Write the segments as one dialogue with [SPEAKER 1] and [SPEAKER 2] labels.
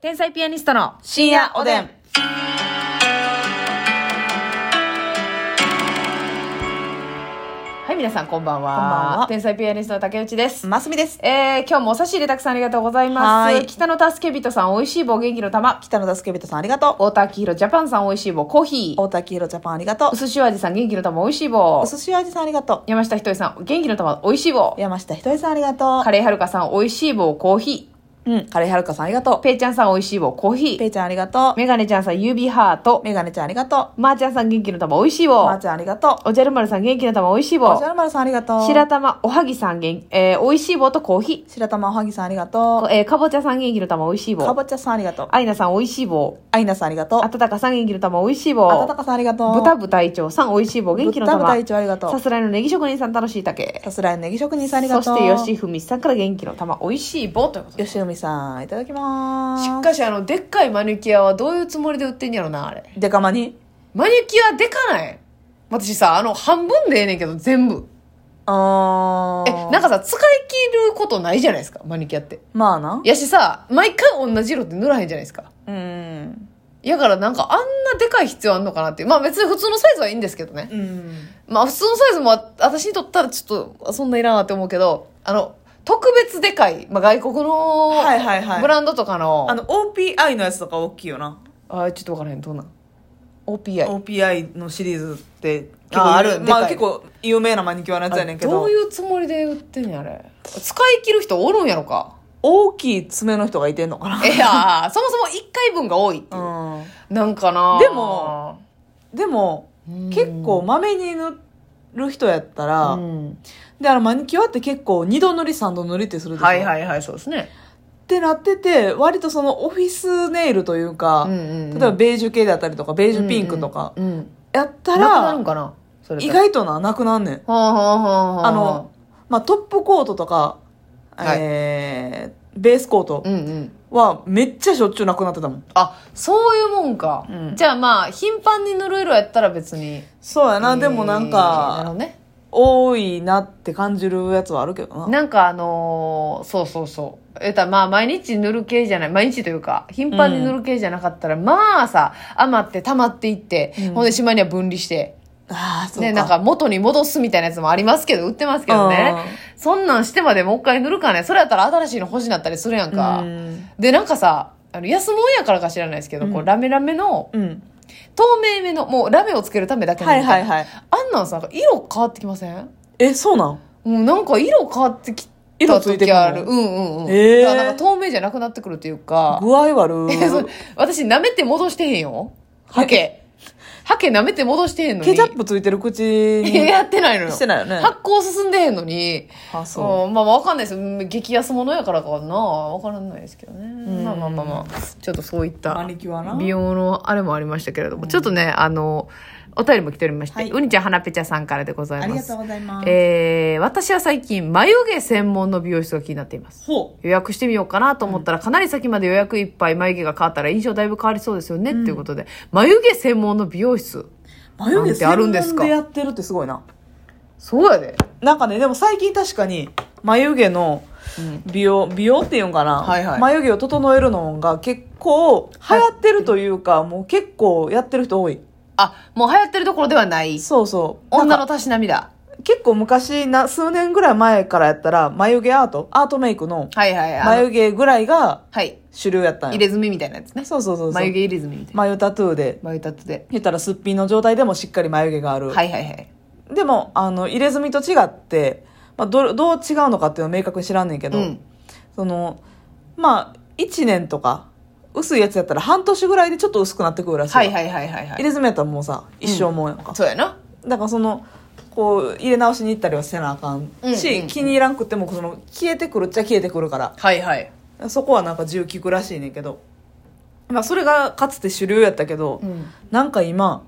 [SPEAKER 1] 天才ピアニストの
[SPEAKER 2] 深夜おでん。
[SPEAKER 1] はい皆さんこんばんは
[SPEAKER 2] こんばんは
[SPEAKER 1] 天才ピアニストの竹内です、
[SPEAKER 2] ますみです。
[SPEAKER 1] えー、今日もお差し入れたくさんありがとうございま
[SPEAKER 2] は
[SPEAKER 1] す
[SPEAKER 2] い
[SPEAKER 1] 北野助人さんおいしい棒元気の玉
[SPEAKER 2] 北野助人さんありがと
[SPEAKER 1] 太田明宏ジャパンさんおいしい棒コーヒ
[SPEAKER 2] う。
[SPEAKER 1] ー
[SPEAKER 2] 大滝ひろジャパンありがとう
[SPEAKER 1] お。寿司お味さん元気の玉おいしい棒
[SPEAKER 2] お寿司味さんありがと
[SPEAKER 1] 山下ひとりさん元気の玉おいしい棒
[SPEAKER 2] う。山下ひとりさんありがと
[SPEAKER 1] カレーはるかさんおいしい棒コーヒ
[SPEAKER 2] う。うん。カレーはるかさんありがと
[SPEAKER 1] ーペイちゃんさんおいしい棒コーヒ
[SPEAKER 2] う。
[SPEAKER 1] ー
[SPEAKER 2] ぺいちゃんありがと
[SPEAKER 1] メガネちゃんさん指ハー
[SPEAKER 2] う。
[SPEAKER 1] ト
[SPEAKER 2] メガネちゃんありがと。
[SPEAKER 1] まーちゃんさん元気の玉おいしいう棒
[SPEAKER 2] まーちゃんありがと。
[SPEAKER 1] おじゃる丸さん元気の玉おいしいう
[SPEAKER 2] お
[SPEAKER 1] 棒
[SPEAKER 2] じゃる丸さんありがとう。
[SPEAKER 1] 白玉おはぎさん元気、えー、おいしい棒とコーヒー
[SPEAKER 2] 白玉おはぎさんありがと。
[SPEAKER 1] えー、かぼちゃさん元気の玉おいしいう
[SPEAKER 2] か
[SPEAKER 1] 棒。
[SPEAKER 2] ぼちゃさんありがとう。
[SPEAKER 1] あいなさんおいしい棒。
[SPEAKER 2] あいなさんありがとう
[SPEAKER 1] あ。たたかさん元気の玉おいしい
[SPEAKER 2] あた
[SPEAKER 1] 棒。
[SPEAKER 2] たかさんありがとう。
[SPEAKER 1] ぶたぶたいちょうさんおいしい棒元気の
[SPEAKER 2] ぶたぶ
[SPEAKER 1] 玉
[SPEAKER 2] た。一応ありがと
[SPEAKER 1] さ
[SPEAKER 2] う。
[SPEAKER 1] すらいのネギ職人さん楽しいたけ。
[SPEAKER 2] さすらいのネギ職人さんありがと。
[SPEAKER 1] そうしてよしふみさんから元気の玉おいしい棒ということで
[SPEAKER 2] よしうみさん、いただきまーす。
[SPEAKER 1] しかしあのでっかいマニキュアはどういうつもりで売ってんやろなあれ
[SPEAKER 2] でかまに
[SPEAKER 1] マニキュアでかない私さあの半分でええねんけど全部
[SPEAKER 2] あ
[SPEAKER 1] え
[SPEAKER 2] ー。
[SPEAKER 1] なんかさ使い切ることないじゃないですかマニキュアって
[SPEAKER 2] まあな。
[SPEAKER 1] やしさ毎回同じ色って塗らへんじゃないですか
[SPEAKER 2] うん。
[SPEAKER 1] やからなんかあんなでかい必要あんのかなっていう。まあ別に普通のサイズはいいんですけどね。
[SPEAKER 2] うん。
[SPEAKER 1] まあ普通のサイズもあ私にとったらちょっとそんないらんなって思うけど、あの、特別でかい、まあ外国の
[SPEAKER 2] はいはいはい
[SPEAKER 1] ブランドとかの、
[SPEAKER 2] あの OPI のやつとか大きいよな
[SPEAKER 1] あちょっとわからへん、どうなん ?OPI。
[SPEAKER 2] OPI のシリーズって結構
[SPEAKER 1] あある
[SPEAKER 2] ま
[SPEAKER 1] で
[SPEAKER 2] あ
[SPEAKER 1] かい
[SPEAKER 2] 結構有名なマニキュアのやつやねんけど
[SPEAKER 1] あどういうつもりで売ってんねんあれ。使い切る人おるんやろ か。
[SPEAKER 2] 大きい爪の人がいてんのか
[SPEAKER 1] いやー、そもそも1回分が多いっていう。
[SPEAKER 2] な、う
[SPEAKER 1] なんかな
[SPEAKER 2] でも、ん、でも
[SPEAKER 1] うん
[SPEAKER 2] 結構まめに塗る人やったら、
[SPEAKER 1] うん
[SPEAKER 2] であのマニキュアって結構2度塗り3度塗りってするでしょ、
[SPEAKER 1] はい
[SPEAKER 2] っ
[SPEAKER 1] はいはい、そうですね。
[SPEAKER 2] てなってて割とそのオフィスネイルというか、
[SPEAKER 1] うんうんうん
[SPEAKER 2] 例えばベージュ系だったりとかベージュピンクとか
[SPEAKER 1] うんうん。
[SPEAKER 2] やった
[SPEAKER 1] なくな
[SPEAKER 2] ら、
[SPEAKER 1] るんかなそれ
[SPEAKER 2] 意外とななくなんねん
[SPEAKER 1] はあはあはあはあ
[SPEAKER 2] あの、まあ、トップコートとか、
[SPEAKER 1] はい
[SPEAKER 2] えーベースコート
[SPEAKER 1] うんうん。
[SPEAKER 2] はめっちゃしょっちゅうなくなってたもん。
[SPEAKER 1] あ、そういうもんか。
[SPEAKER 2] うん
[SPEAKER 1] じゃあまあ、頻繁に塗る色やったら別に。
[SPEAKER 2] そうやな、でもなん
[SPEAKER 1] えーなるほ
[SPEAKER 2] か、
[SPEAKER 1] どね。
[SPEAKER 2] 多いなって感じるやつはあるけどな。
[SPEAKER 1] なんかあのーそうそうそう。えっとまあ、毎日塗る系じゃない、毎日というか、頻繁に塗る系じゃなかったら、まあさ、余って溜まっていって、
[SPEAKER 2] うん
[SPEAKER 1] ほんでしまいには分離して、
[SPEAKER 2] ああ、そうか。
[SPEAKER 1] ね、なんか元に戻すみたいなやつもありますけど、売ってますけどね。そんなんしてまでもう一回塗るかね。それやったら新しいの欲しになったりするやん
[SPEAKER 2] うん。
[SPEAKER 1] か。で、なんかさ、あの、安物やからか知らないですけど、
[SPEAKER 2] うん
[SPEAKER 1] こう、ラメラメの、
[SPEAKER 2] うん。
[SPEAKER 1] 透明めの、もうラメをつけるためだけの
[SPEAKER 2] はいは
[SPEAKER 1] い。
[SPEAKER 2] いはい。
[SPEAKER 1] あんなんさ、なんか色変わってきませんも
[SPEAKER 2] え、そうなん
[SPEAKER 1] うなんか色変わってきた
[SPEAKER 2] 色つい
[SPEAKER 1] 時
[SPEAKER 2] てくるの
[SPEAKER 1] ある。うんうんうん。
[SPEAKER 2] へー
[SPEAKER 1] だからなんか透明じゃなくなってくるというか
[SPEAKER 2] 具、合悪 い。
[SPEAKER 1] そう私舐めて戻してへんよ。ハケ。ハケ舐めて戻してへんのに。
[SPEAKER 2] ケチャップ ついてる口に。
[SPEAKER 1] やってないのよ。
[SPEAKER 2] してないよね
[SPEAKER 1] 発酵進んでへんのに。
[SPEAKER 2] あ、そう。
[SPEAKER 1] そうまあまあわかんないですうん激安物やからかなわからないですけどね
[SPEAKER 2] ん
[SPEAKER 1] まあまあまあまあちょっとそういった
[SPEAKER 2] マニキュアな
[SPEAKER 1] 美容のあれもありましたけれども、ちょっとねあのお便りも来ておりまして、
[SPEAKER 2] はいう
[SPEAKER 1] にちゃんはなぺちゃさんからでございます
[SPEAKER 2] ありがとうございます。
[SPEAKER 1] えー私は最近眉毛専門の美容室が気になっています
[SPEAKER 2] ほ
[SPEAKER 1] 予約してみようかなと思ったら、かなり先まで予約いっぱい眉毛が変わったら印象だいぶ変わりそうですよね、っていうことで眉毛専門の美容室
[SPEAKER 2] う。眉毛
[SPEAKER 1] なんてあ
[SPEAKER 2] 専
[SPEAKER 1] るん
[SPEAKER 2] 門
[SPEAKER 1] ですか
[SPEAKER 2] でやってるってすごいな。
[SPEAKER 1] そうやで
[SPEAKER 2] なんかね、でも最近確かに眉毛の
[SPEAKER 1] うん
[SPEAKER 2] 美容、美容っていうんかな、
[SPEAKER 1] はいはい
[SPEAKER 2] 眉毛を整えるのが結構流行ってるというか、もう結構やってる人多い。
[SPEAKER 1] あもう流行ってるところではない
[SPEAKER 2] そうそう。
[SPEAKER 1] 女
[SPEAKER 2] なんか
[SPEAKER 1] のたしなみだ
[SPEAKER 2] 結構昔な、数年ぐらい前からやったら、眉毛アート、アートメイクの
[SPEAKER 1] はいはいはい。
[SPEAKER 2] 眉毛ぐらいが
[SPEAKER 1] はい。
[SPEAKER 2] 主流やったん
[SPEAKER 1] 入
[SPEAKER 2] や。
[SPEAKER 1] れ墨みたいなやつね。
[SPEAKER 2] そうそうそうそう。
[SPEAKER 1] 眉毛入れ墨みたいな。
[SPEAKER 2] 眉タトゥーで。
[SPEAKER 1] 眉タツで。
[SPEAKER 2] 言ったらすっぴんの状態でもしっかり眉毛がある。
[SPEAKER 1] はいはいはい。
[SPEAKER 2] でも、あの、入れ墨と違って、まあ、ど、どう違うのかっていうのは明確に知らんねんけ
[SPEAKER 1] う
[SPEAKER 2] ど、
[SPEAKER 1] ん。
[SPEAKER 2] そのまあ1年とか薄いやつやったら半年ぐらいでちょっと薄くなってくるらしいわ、
[SPEAKER 1] はいはいはいはいは
[SPEAKER 2] 入
[SPEAKER 1] い。
[SPEAKER 2] れ墨やったらもうさ一生もんやんか、
[SPEAKER 1] そうやな。
[SPEAKER 2] だからそのこう入れ直しに行ったりはせなあかんし、
[SPEAKER 1] うんうんうん
[SPEAKER 2] 気に入らんくってもその消えてくるっちゃ消えてくるか
[SPEAKER 1] はいはい。
[SPEAKER 2] らそこはなんか自由聞くらしいねんけど、まあ、それがかつて主流やったけど、
[SPEAKER 1] うん。
[SPEAKER 2] なんか今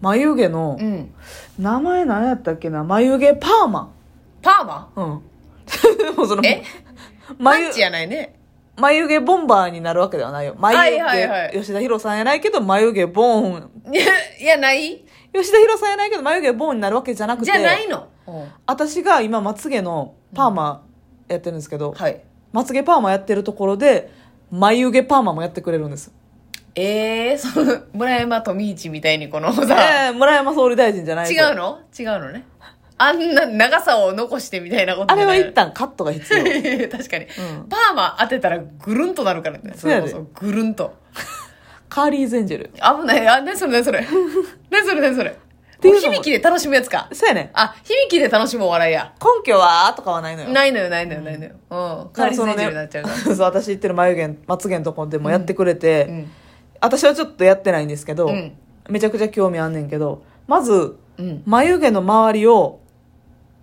[SPEAKER 2] 眉毛の、
[SPEAKER 1] うん。
[SPEAKER 2] 名前何やったっけな眉毛パーマ
[SPEAKER 1] パーマ
[SPEAKER 2] うん もうその
[SPEAKER 1] えパ
[SPEAKER 2] 眉
[SPEAKER 1] ンチやないね。
[SPEAKER 2] 眉毛ボンバーになるわけではないよ。眉毛、
[SPEAKER 1] はいはいはい
[SPEAKER 2] 吉田博さんやないけど、眉毛ボーン。
[SPEAKER 1] いや、いやない
[SPEAKER 2] 吉田博さんやないけど、眉毛ボーンになるわけじゃなく
[SPEAKER 1] じ
[SPEAKER 2] て。
[SPEAKER 1] ゃないの。うん
[SPEAKER 2] 私が今、まつげのパーマやってるんですけど、
[SPEAKER 1] はい。
[SPEAKER 2] まつげパーマやってるところで、眉毛パーマもやってくれるんです。
[SPEAKER 1] ええその、村山富一みたいにこのさ、
[SPEAKER 2] ええ村山総理大臣じゃない
[SPEAKER 1] 違
[SPEAKER 2] ですよ
[SPEAKER 1] うの違うのね。あんな長さを残してみたいなこと
[SPEAKER 2] あれは
[SPEAKER 1] 言
[SPEAKER 2] 一旦カットが必要。
[SPEAKER 1] 確かに、パーマ当てたらぐるんとなるからね。
[SPEAKER 2] そうやで
[SPEAKER 1] そうぐるんと。
[SPEAKER 2] カーリーゼンジェル。
[SPEAKER 1] 危ない。あ、何それ何それ。何それ何それ。
[SPEAKER 2] ていうのも
[SPEAKER 1] 響きで楽しむやつか。
[SPEAKER 2] そうやねん。
[SPEAKER 1] あ、響きで楽しむお笑いや。
[SPEAKER 2] 根拠はとかはないのよ。
[SPEAKER 1] ないのよ、ないのよ、ないのよ。うん。カーリーズになっちゃうから。
[SPEAKER 2] そのね そう私言ってる眉毛まつげのとこでもやってくれて、
[SPEAKER 1] うん
[SPEAKER 2] 私はちょっとやってないんですけど、
[SPEAKER 1] うん
[SPEAKER 2] めちゃくちゃ興味あんねんけどまず
[SPEAKER 1] うん。
[SPEAKER 2] 眉毛の周りを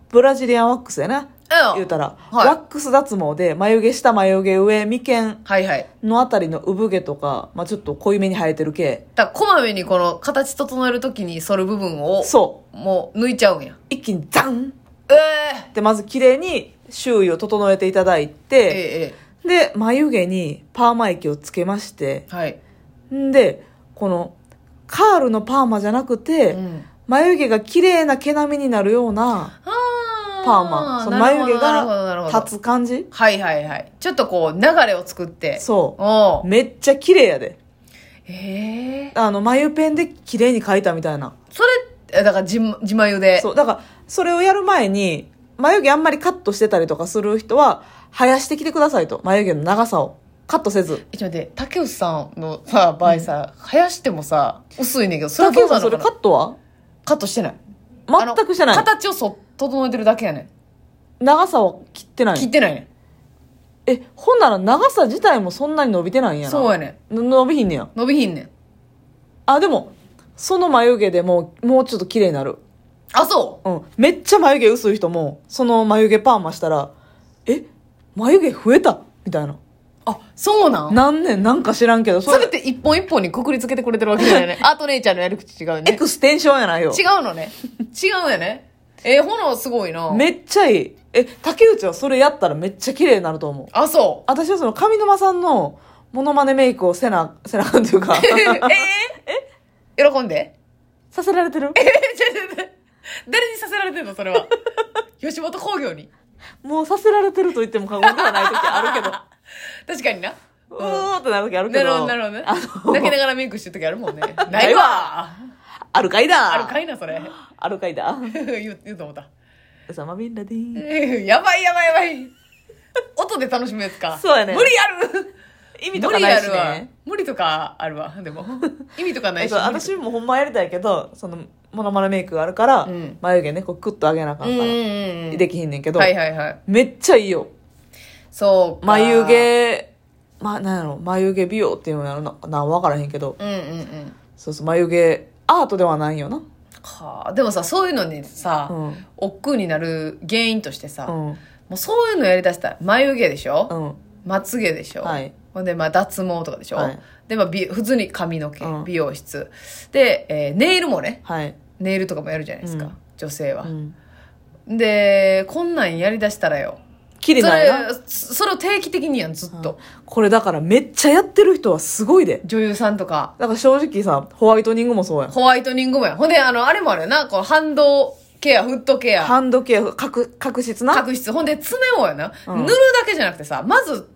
[SPEAKER 2] ブラジリアンワックスやな
[SPEAKER 1] う。
[SPEAKER 2] 言うんたら、
[SPEAKER 1] はい
[SPEAKER 2] ワックス脱毛で眉毛下眉毛上眉間
[SPEAKER 1] はいはい。
[SPEAKER 2] のあたりの産毛とか、まあ、ちょっと濃いめに生えてる系
[SPEAKER 1] だからこまめにこの形整えるときに剃る部分を、
[SPEAKER 2] そ
[SPEAKER 1] もう抜いちゃうんや
[SPEAKER 2] う。一気にザン
[SPEAKER 1] え
[SPEAKER 2] ってまず綺麗に周囲を整えていただ
[SPEAKER 1] え
[SPEAKER 2] い
[SPEAKER 1] え
[SPEAKER 2] て、
[SPEAKER 1] ええ
[SPEAKER 2] で眉毛にパーマ液をつけまして
[SPEAKER 1] えはい。
[SPEAKER 2] んでこのカールのパーマじゃなくて、
[SPEAKER 1] うん。
[SPEAKER 2] 眉毛が綺麗な毛並みになるような
[SPEAKER 1] パ
[SPEAKER 2] パーマその眉毛が
[SPEAKER 1] つ。
[SPEAKER 2] 立つ感じ
[SPEAKER 1] はいはいはい。ちょっとこう、流れを作って。
[SPEAKER 2] そう
[SPEAKER 1] おう
[SPEAKER 2] めっちゃ綺麗やで
[SPEAKER 1] ええ
[SPEAKER 2] あの眉ペンで綺麗に描いたみたいな
[SPEAKER 1] それ、えだから自自眉で。
[SPEAKER 2] そうだからそれをやる前に眉毛あんまりカットしてたりとかする人は生やしてきてくださいと眉毛の長さをカットせず
[SPEAKER 1] えちょっと待って、竹内さんのさ、場合さ、生やしてもさ、薄いねんけど、それ
[SPEAKER 2] 竹
[SPEAKER 1] はどう
[SPEAKER 2] 内
[SPEAKER 1] な
[SPEAKER 2] さん
[SPEAKER 1] の
[SPEAKER 2] そ
[SPEAKER 1] か
[SPEAKER 2] れ
[SPEAKER 1] な
[SPEAKER 2] カットは
[SPEAKER 1] カットしてない。
[SPEAKER 2] 全くしてな
[SPEAKER 1] あの
[SPEAKER 2] い
[SPEAKER 1] 形をそ整えてるだけやね。
[SPEAKER 2] 長さは切ってなん
[SPEAKER 1] 切っ
[SPEAKER 2] い
[SPEAKER 1] てないね
[SPEAKER 2] えほんなら長さ自体もそんなに伸びてないんや
[SPEAKER 1] ん。
[SPEAKER 2] な
[SPEAKER 1] そうやね
[SPEAKER 2] の伸びひんねや
[SPEAKER 1] ん。伸びひんねん。
[SPEAKER 2] あでもその眉毛でもうもうちょっと綺麗になる
[SPEAKER 1] あ、そ
[SPEAKER 2] うんめっちゃ眉毛薄い人もその眉毛パーマしたらえ眉毛増えたみたいな
[SPEAKER 1] うあ、そうなん
[SPEAKER 2] 何年なんか知らんけど
[SPEAKER 1] それって一本一本にくくりつけてくれてるわけじゃないね。 アートネイチャーのやり口違う
[SPEAKER 2] エ
[SPEAKER 1] ね。
[SPEAKER 2] クステンションやないよ
[SPEAKER 1] 違うのね。 違うよね。えー、炎すごいな。
[SPEAKER 2] めっちゃいいえ竹内はそれやったらめっちゃ綺麗になると思う
[SPEAKER 1] あ、そう。
[SPEAKER 2] 私はその上沼さんのモノマネメイクをせなせなあかんという か
[SPEAKER 1] えー、え喜んで
[SPEAKER 2] させられて る
[SPEAKER 1] えちょちょちょ誰にさせられてんのそれ は。吉本興業に。
[SPEAKER 2] もうさせられてると言っても過言ではない時 あるけど
[SPEAKER 1] 確かにな。
[SPEAKER 2] うーってなる時ある
[SPEAKER 1] な
[SPEAKER 2] けど
[SPEAKER 1] るほど、なるほどね。
[SPEAKER 2] あの
[SPEAKER 1] 泣きながらメイクしてる時あるもんね。 な
[SPEAKER 2] ないい
[SPEAKER 1] わ
[SPEAKER 2] わ あるかいだ
[SPEAKER 1] あるかいな、それ。
[SPEAKER 2] あるかいだ
[SPEAKER 1] 言う、言うと思った。
[SPEAKER 2] ウサマビンラディ ン
[SPEAKER 1] やばいやばいやばい。音で楽しむやつか。
[SPEAKER 2] そうやね
[SPEAKER 1] 無理ある
[SPEAKER 2] 意味とかないし
[SPEAKER 1] 無理あるわ
[SPEAKER 2] ね。
[SPEAKER 1] 無理とかあるわ。でも。意味とかな
[SPEAKER 2] え
[SPEAKER 1] い
[SPEAKER 2] っ
[SPEAKER 1] し。
[SPEAKER 2] と私もほんまやりたいけどそのモノマネメイクがあるから、
[SPEAKER 1] うん
[SPEAKER 2] 眉毛ねこうクッと上げなあか
[SPEAKER 1] うんん
[SPEAKER 2] か
[SPEAKER 1] うん
[SPEAKER 2] ら、
[SPEAKER 1] うん。
[SPEAKER 2] できひんねんけど、
[SPEAKER 1] はいはいはい。
[SPEAKER 2] めっちゃいいよ
[SPEAKER 1] そうか
[SPEAKER 2] 眉。毛まなんやろ眉毛美容っていうのやろななん分からへんけど
[SPEAKER 1] うんうんうん。
[SPEAKER 2] そうそう眉毛アートではないよな
[SPEAKER 1] はあ、でもさ、そういうのにさ、
[SPEAKER 2] うん
[SPEAKER 1] 億劫になる原因としてさ、
[SPEAKER 2] う
[SPEAKER 1] も
[SPEAKER 2] ん
[SPEAKER 1] うそういうのやりだしたら眉毛でしょ、
[SPEAKER 2] うん
[SPEAKER 1] まつげでしょ、
[SPEAKER 2] はい
[SPEAKER 1] ほんでまあ脱毛とかでしょ、
[SPEAKER 2] はい
[SPEAKER 1] でまあ美普通に髪の毛、
[SPEAKER 2] うん
[SPEAKER 1] 美容室で、えーネイルもね
[SPEAKER 2] はい、
[SPEAKER 1] ネイルとかもやるじゃないですか、
[SPEAKER 2] うん
[SPEAKER 1] 女性は
[SPEAKER 2] う、ん、
[SPEAKER 1] でこんなんやりだしたらよ
[SPEAKER 2] 綺麗
[SPEAKER 1] そ
[SPEAKER 2] ない
[SPEAKER 1] れ
[SPEAKER 2] な
[SPEAKER 1] そそれを定期的にやんずっと、
[SPEAKER 2] これだからめっちゃやってる人はすごいで
[SPEAKER 1] 女優さんとか
[SPEAKER 2] だから正直さホワイトニングもそうやん
[SPEAKER 1] ホワイトニングもやんほんであのあれもあるよなこうハンドケアフットケア
[SPEAKER 2] ハンドケア角角質な
[SPEAKER 1] 角質ほんで爪をやな、
[SPEAKER 2] うん
[SPEAKER 1] 塗るだけじゃなくてさまず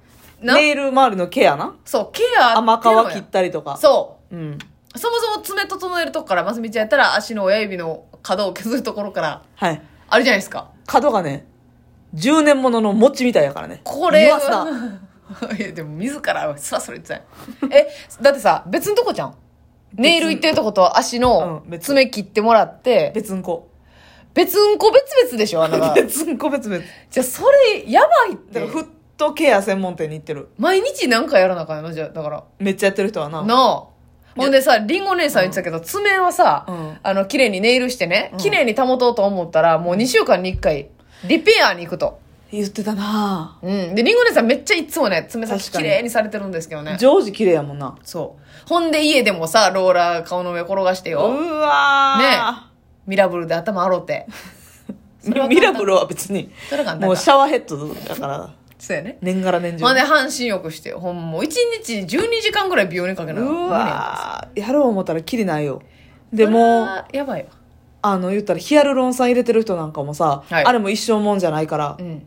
[SPEAKER 1] な、
[SPEAKER 2] ネイル周りのケアな
[SPEAKER 1] そうケア
[SPEAKER 2] 甘
[SPEAKER 1] っていうのも
[SPEAKER 2] 皮
[SPEAKER 1] や
[SPEAKER 2] 切ったりとか、
[SPEAKER 1] そう
[SPEAKER 2] ん、
[SPEAKER 1] うそもそも爪整えるとこからますみちゃんやったら足の親指の角を削るところから
[SPEAKER 2] はい
[SPEAKER 1] あるじゃないですか
[SPEAKER 2] 角がね10年ものの餅みたいやからね
[SPEAKER 1] これ
[SPEAKER 2] 言わすない
[SPEAKER 1] やでも自らすらそれ言ってたやんえだってさ別のとこじゃんネイル行ってるとこと足の
[SPEAKER 2] うん別
[SPEAKER 1] 爪切ってもらって、
[SPEAKER 2] 別んこ
[SPEAKER 1] 別んこ別々でしょあなた
[SPEAKER 2] 別んこ別々
[SPEAKER 1] じゃあそれやばいっ
[SPEAKER 2] だ
[SPEAKER 1] て
[SPEAKER 2] からフットケア専門店に行ってる
[SPEAKER 1] 毎日なんかやらなあかんやろじゃあだから
[SPEAKER 2] めっちゃやってる人はな
[SPEAKER 1] なあほんでさりんご姉さん言ってたけど、爪はさ、
[SPEAKER 2] うん
[SPEAKER 1] あの綺麗にネイルしてね綺麗に保とうと思ったらもう2週間に1回リペアに行くと、
[SPEAKER 2] 言ってたな
[SPEAKER 1] うん、でりんご姉さんめっちゃいつもね爪先
[SPEAKER 2] 確か
[SPEAKER 1] 綺
[SPEAKER 2] に
[SPEAKER 1] 麗にされてるんですけどね
[SPEAKER 2] ジョージ綺麗やもんな
[SPEAKER 1] そうほんで家でもさローラー顔の上転がして
[SPEAKER 2] う
[SPEAKER 1] よ
[SPEAKER 2] わ
[SPEAKER 1] ミラブルで頭洗うてそれは簡単
[SPEAKER 2] ミラブルは別に
[SPEAKER 1] それが簡単
[SPEAKER 2] もう
[SPEAKER 1] か
[SPEAKER 2] シャワーヘッドだから
[SPEAKER 1] そうやね
[SPEAKER 2] 年がら年中
[SPEAKER 1] ほんで半身浴してよほんもう1日12時間ぐらい美容にかけな
[SPEAKER 2] うわーやろう思ったらキリないよ
[SPEAKER 1] で
[SPEAKER 2] で
[SPEAKER 1] も
[SPEAKER 2] もう
[SPEAKER 1] やばいわ
[SPEAKER 2] あの言ったらヒアルロン酸入れてる人なんかもさ、
[SPEAKER 1] はい
[SPEAKER 2] あれも一生もんじゃないから、
[SPEAKER 1] うん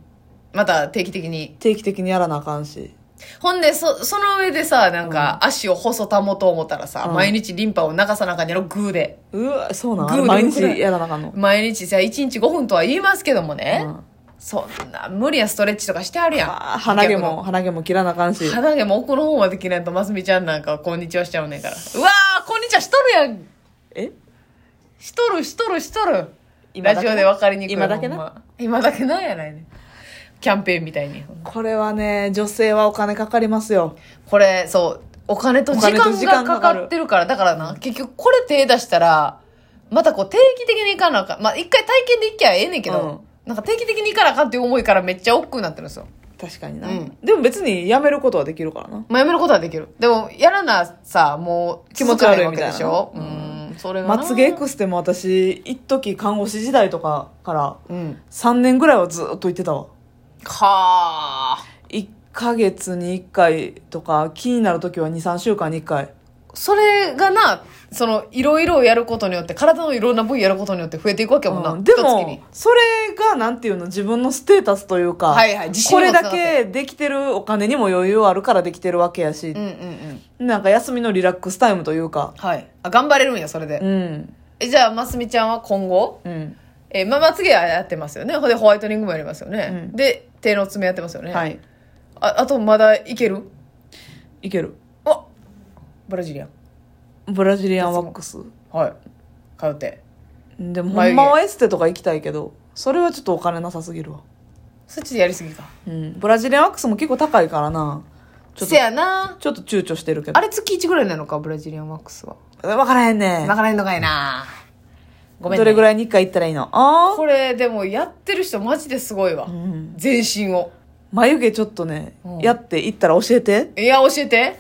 [SPEAKER 1] また定期的に
[SPEAKER 2] 定期的にやらなあかんし
[SPEAKER 1] ほんで、そ、その上でさ、なんか、足を細保とう思ったらさ、
[SPEAKER 2] うん
[SPEAKER 1] 毎日リンパを流さなあかんねやろ、グーで。
[SPEAKER 2] うわ、そうなん
[SPEAKER 1] グー
[SPEAKER 2] あれ
[SPEAKER 1] で
[SPEAKER 2] 毎
[SPEAKER 1] よくない
[SPEAKER 2] 日やらなあかんの。
[SPEAKER 1] 毎日さ、1日5分とは言いますけどもね。
[SPEAKER 2] うん
[SPEAKER 1] そんな、無理やストレッチとかしてあるやん。
[SPEAKER 2] あー鼻毛も、鼻毛も切らなあかんし。
[SPEAKER 1] 鼻毛も奥の方まで切れんと、ますみちゃんなんかはこんにちはしちゃうねんから。うわー、こんにちはしとるやん。
[SPEAKER 2] え
[SPEAKER 1] しとる、しとる、しとる。
[SPEAKER 2] 今
[SPEAKER 1] ラ
[SPEAKER 2] だ
[SPEAKER 1] ジ
[SPEAKER 2] けな
[SPEAKER 1] オで分かりにくい。
[SPEAKER 2] 今だけな
[SPEAKER 1] ほんま今だけなんやないね。キャンペーンみたいに。
[SPEAKER 2] これはね、女性はお金かかりますよ。
[SPEAKER 1] これ、そう、お金と時
[SPEAKER 2] お金と時
[SPEAKER 1] 間
[SPEAKER 2] 間
[SPEAKER 1] がか
[SPEAKER 2] か
[SPEAKER 1] か
[SPEAKER 2] かる
[SPEAKER 1] ってるから、だからな、結局これ手出したら、またこう定期的に行かなあかん。まあ、一回体験で行きゃええねんけど、なんか定期的に行かなあかんっていう思いからめっちゃ億劫になってるんですよ。
[SPEAKER 2] 確かにな。
[SPEAKER 1] うん
[SPEAKER 2] でも別にやめることはできるからな。
[SPEAKER 1] まあ、やめることはできる。でも、やらなさ、もう、
[SPEAKER 2] 気持ち悪いみたいな
[SPEAKER 1] 続かへんわけでしょうん、それがな。
[SPEAKER 2] まつげエクステも私、一時看護師時代とかから
[SPEAKER 1] うん。
[SPEAKER 2] 3年ぐらいはずっと行ってたわ。
[SPEAKER 1] はあ。
[SPEAKER 2] 1ヶ月に1回とか、気になる時は2、3週間に1回。
[SPEAKER 1] それがな、その、いろいろやることによって、体のいろんな部位やることによって増えていくわけやもんな。
[SPEAKER 2] うんで
[SPEAKER 1] 一月に
[SPEAKER 2] も、それがなんていうの、自分のステータスというか、
[SPEAKER 1] はいはい自信
[SPEAKER 2] こ
[SPEAKER 1] にも
[SPEAKER 2] れ
[SPEAKER 1] つなが
[SPEAKER 2] だ
[SPEAKER 1] って
[SPEAKER 2] けできてるお金にも余裕あるからできてるわけやし、
[SPEAKER 1] うんうんうん。
[SPEAKER 2] なんか休みのリラックスタイムというか、
[SPEAKER 1] はい。あ、頑張れるんや、それで。
[SPEAKER 2] うん、
[SPEAKER 1] えじゃあ、ますみちゃんは今後、
[SPEAKER 2] うん、
[SPEAKER 1] えーまあ、まつげはやってますよね。ほんで、ホワイトニングもやりますよね。
[SPEAKER 2] うん
[SPEAKER 1] で、手の爪やってますよね。
[SPEAKER 2] はい。
[SPEAKER 1] あ、あと、まだいける
[SPEAKER 2] いける。
[SPEAKER 1] あブラジリアン。
[SPEAKER 2] ブラジリアンワックス。
[SPEAKER 1] はい。通って。
[SPEAKER 2] でも、ほ
[SPEAKER 1] 眉
[SPEAKER 2] ん
[SPEAKER 1] 毛
[SPEAKER 2] まはエステとか行きたいけど、それはちょっとお金なさすぎるわ。
[SPEAKER 1] そっちでやりすぎか。
[SPEAKER 2] うん。ブラジリアンワックスも結構高いからな。ちょっ
[SPEAKER 1] せ
[SPEAKER 2] と、
[SPEAKER 1] やな。
[SPEAKER 2] ちょっと躊躇してるけど
[SPEAKER 1] あ。れ月1ぐらいなのか、ブラジリアンワックスは。
[SPEAKER 2] わからへんね
[SPEAKER 1] な。かないのかいな。ごめん、ね。
[SPEAKER 2] どれぐらいに1回行ったらいいのあ
[SPEAKER 1] これ、でもやってる人マジですごいわ
[SPEAKER 2] あ。う。ん。
[SPEAKER 1] 全身を。
[SPEAKER 2] 眉毛ちょっとね、
[SPEAKER 1] うん
[SPEAKER 2] やって行ったら教えて。
[SPEAKER 1] いや、教えて。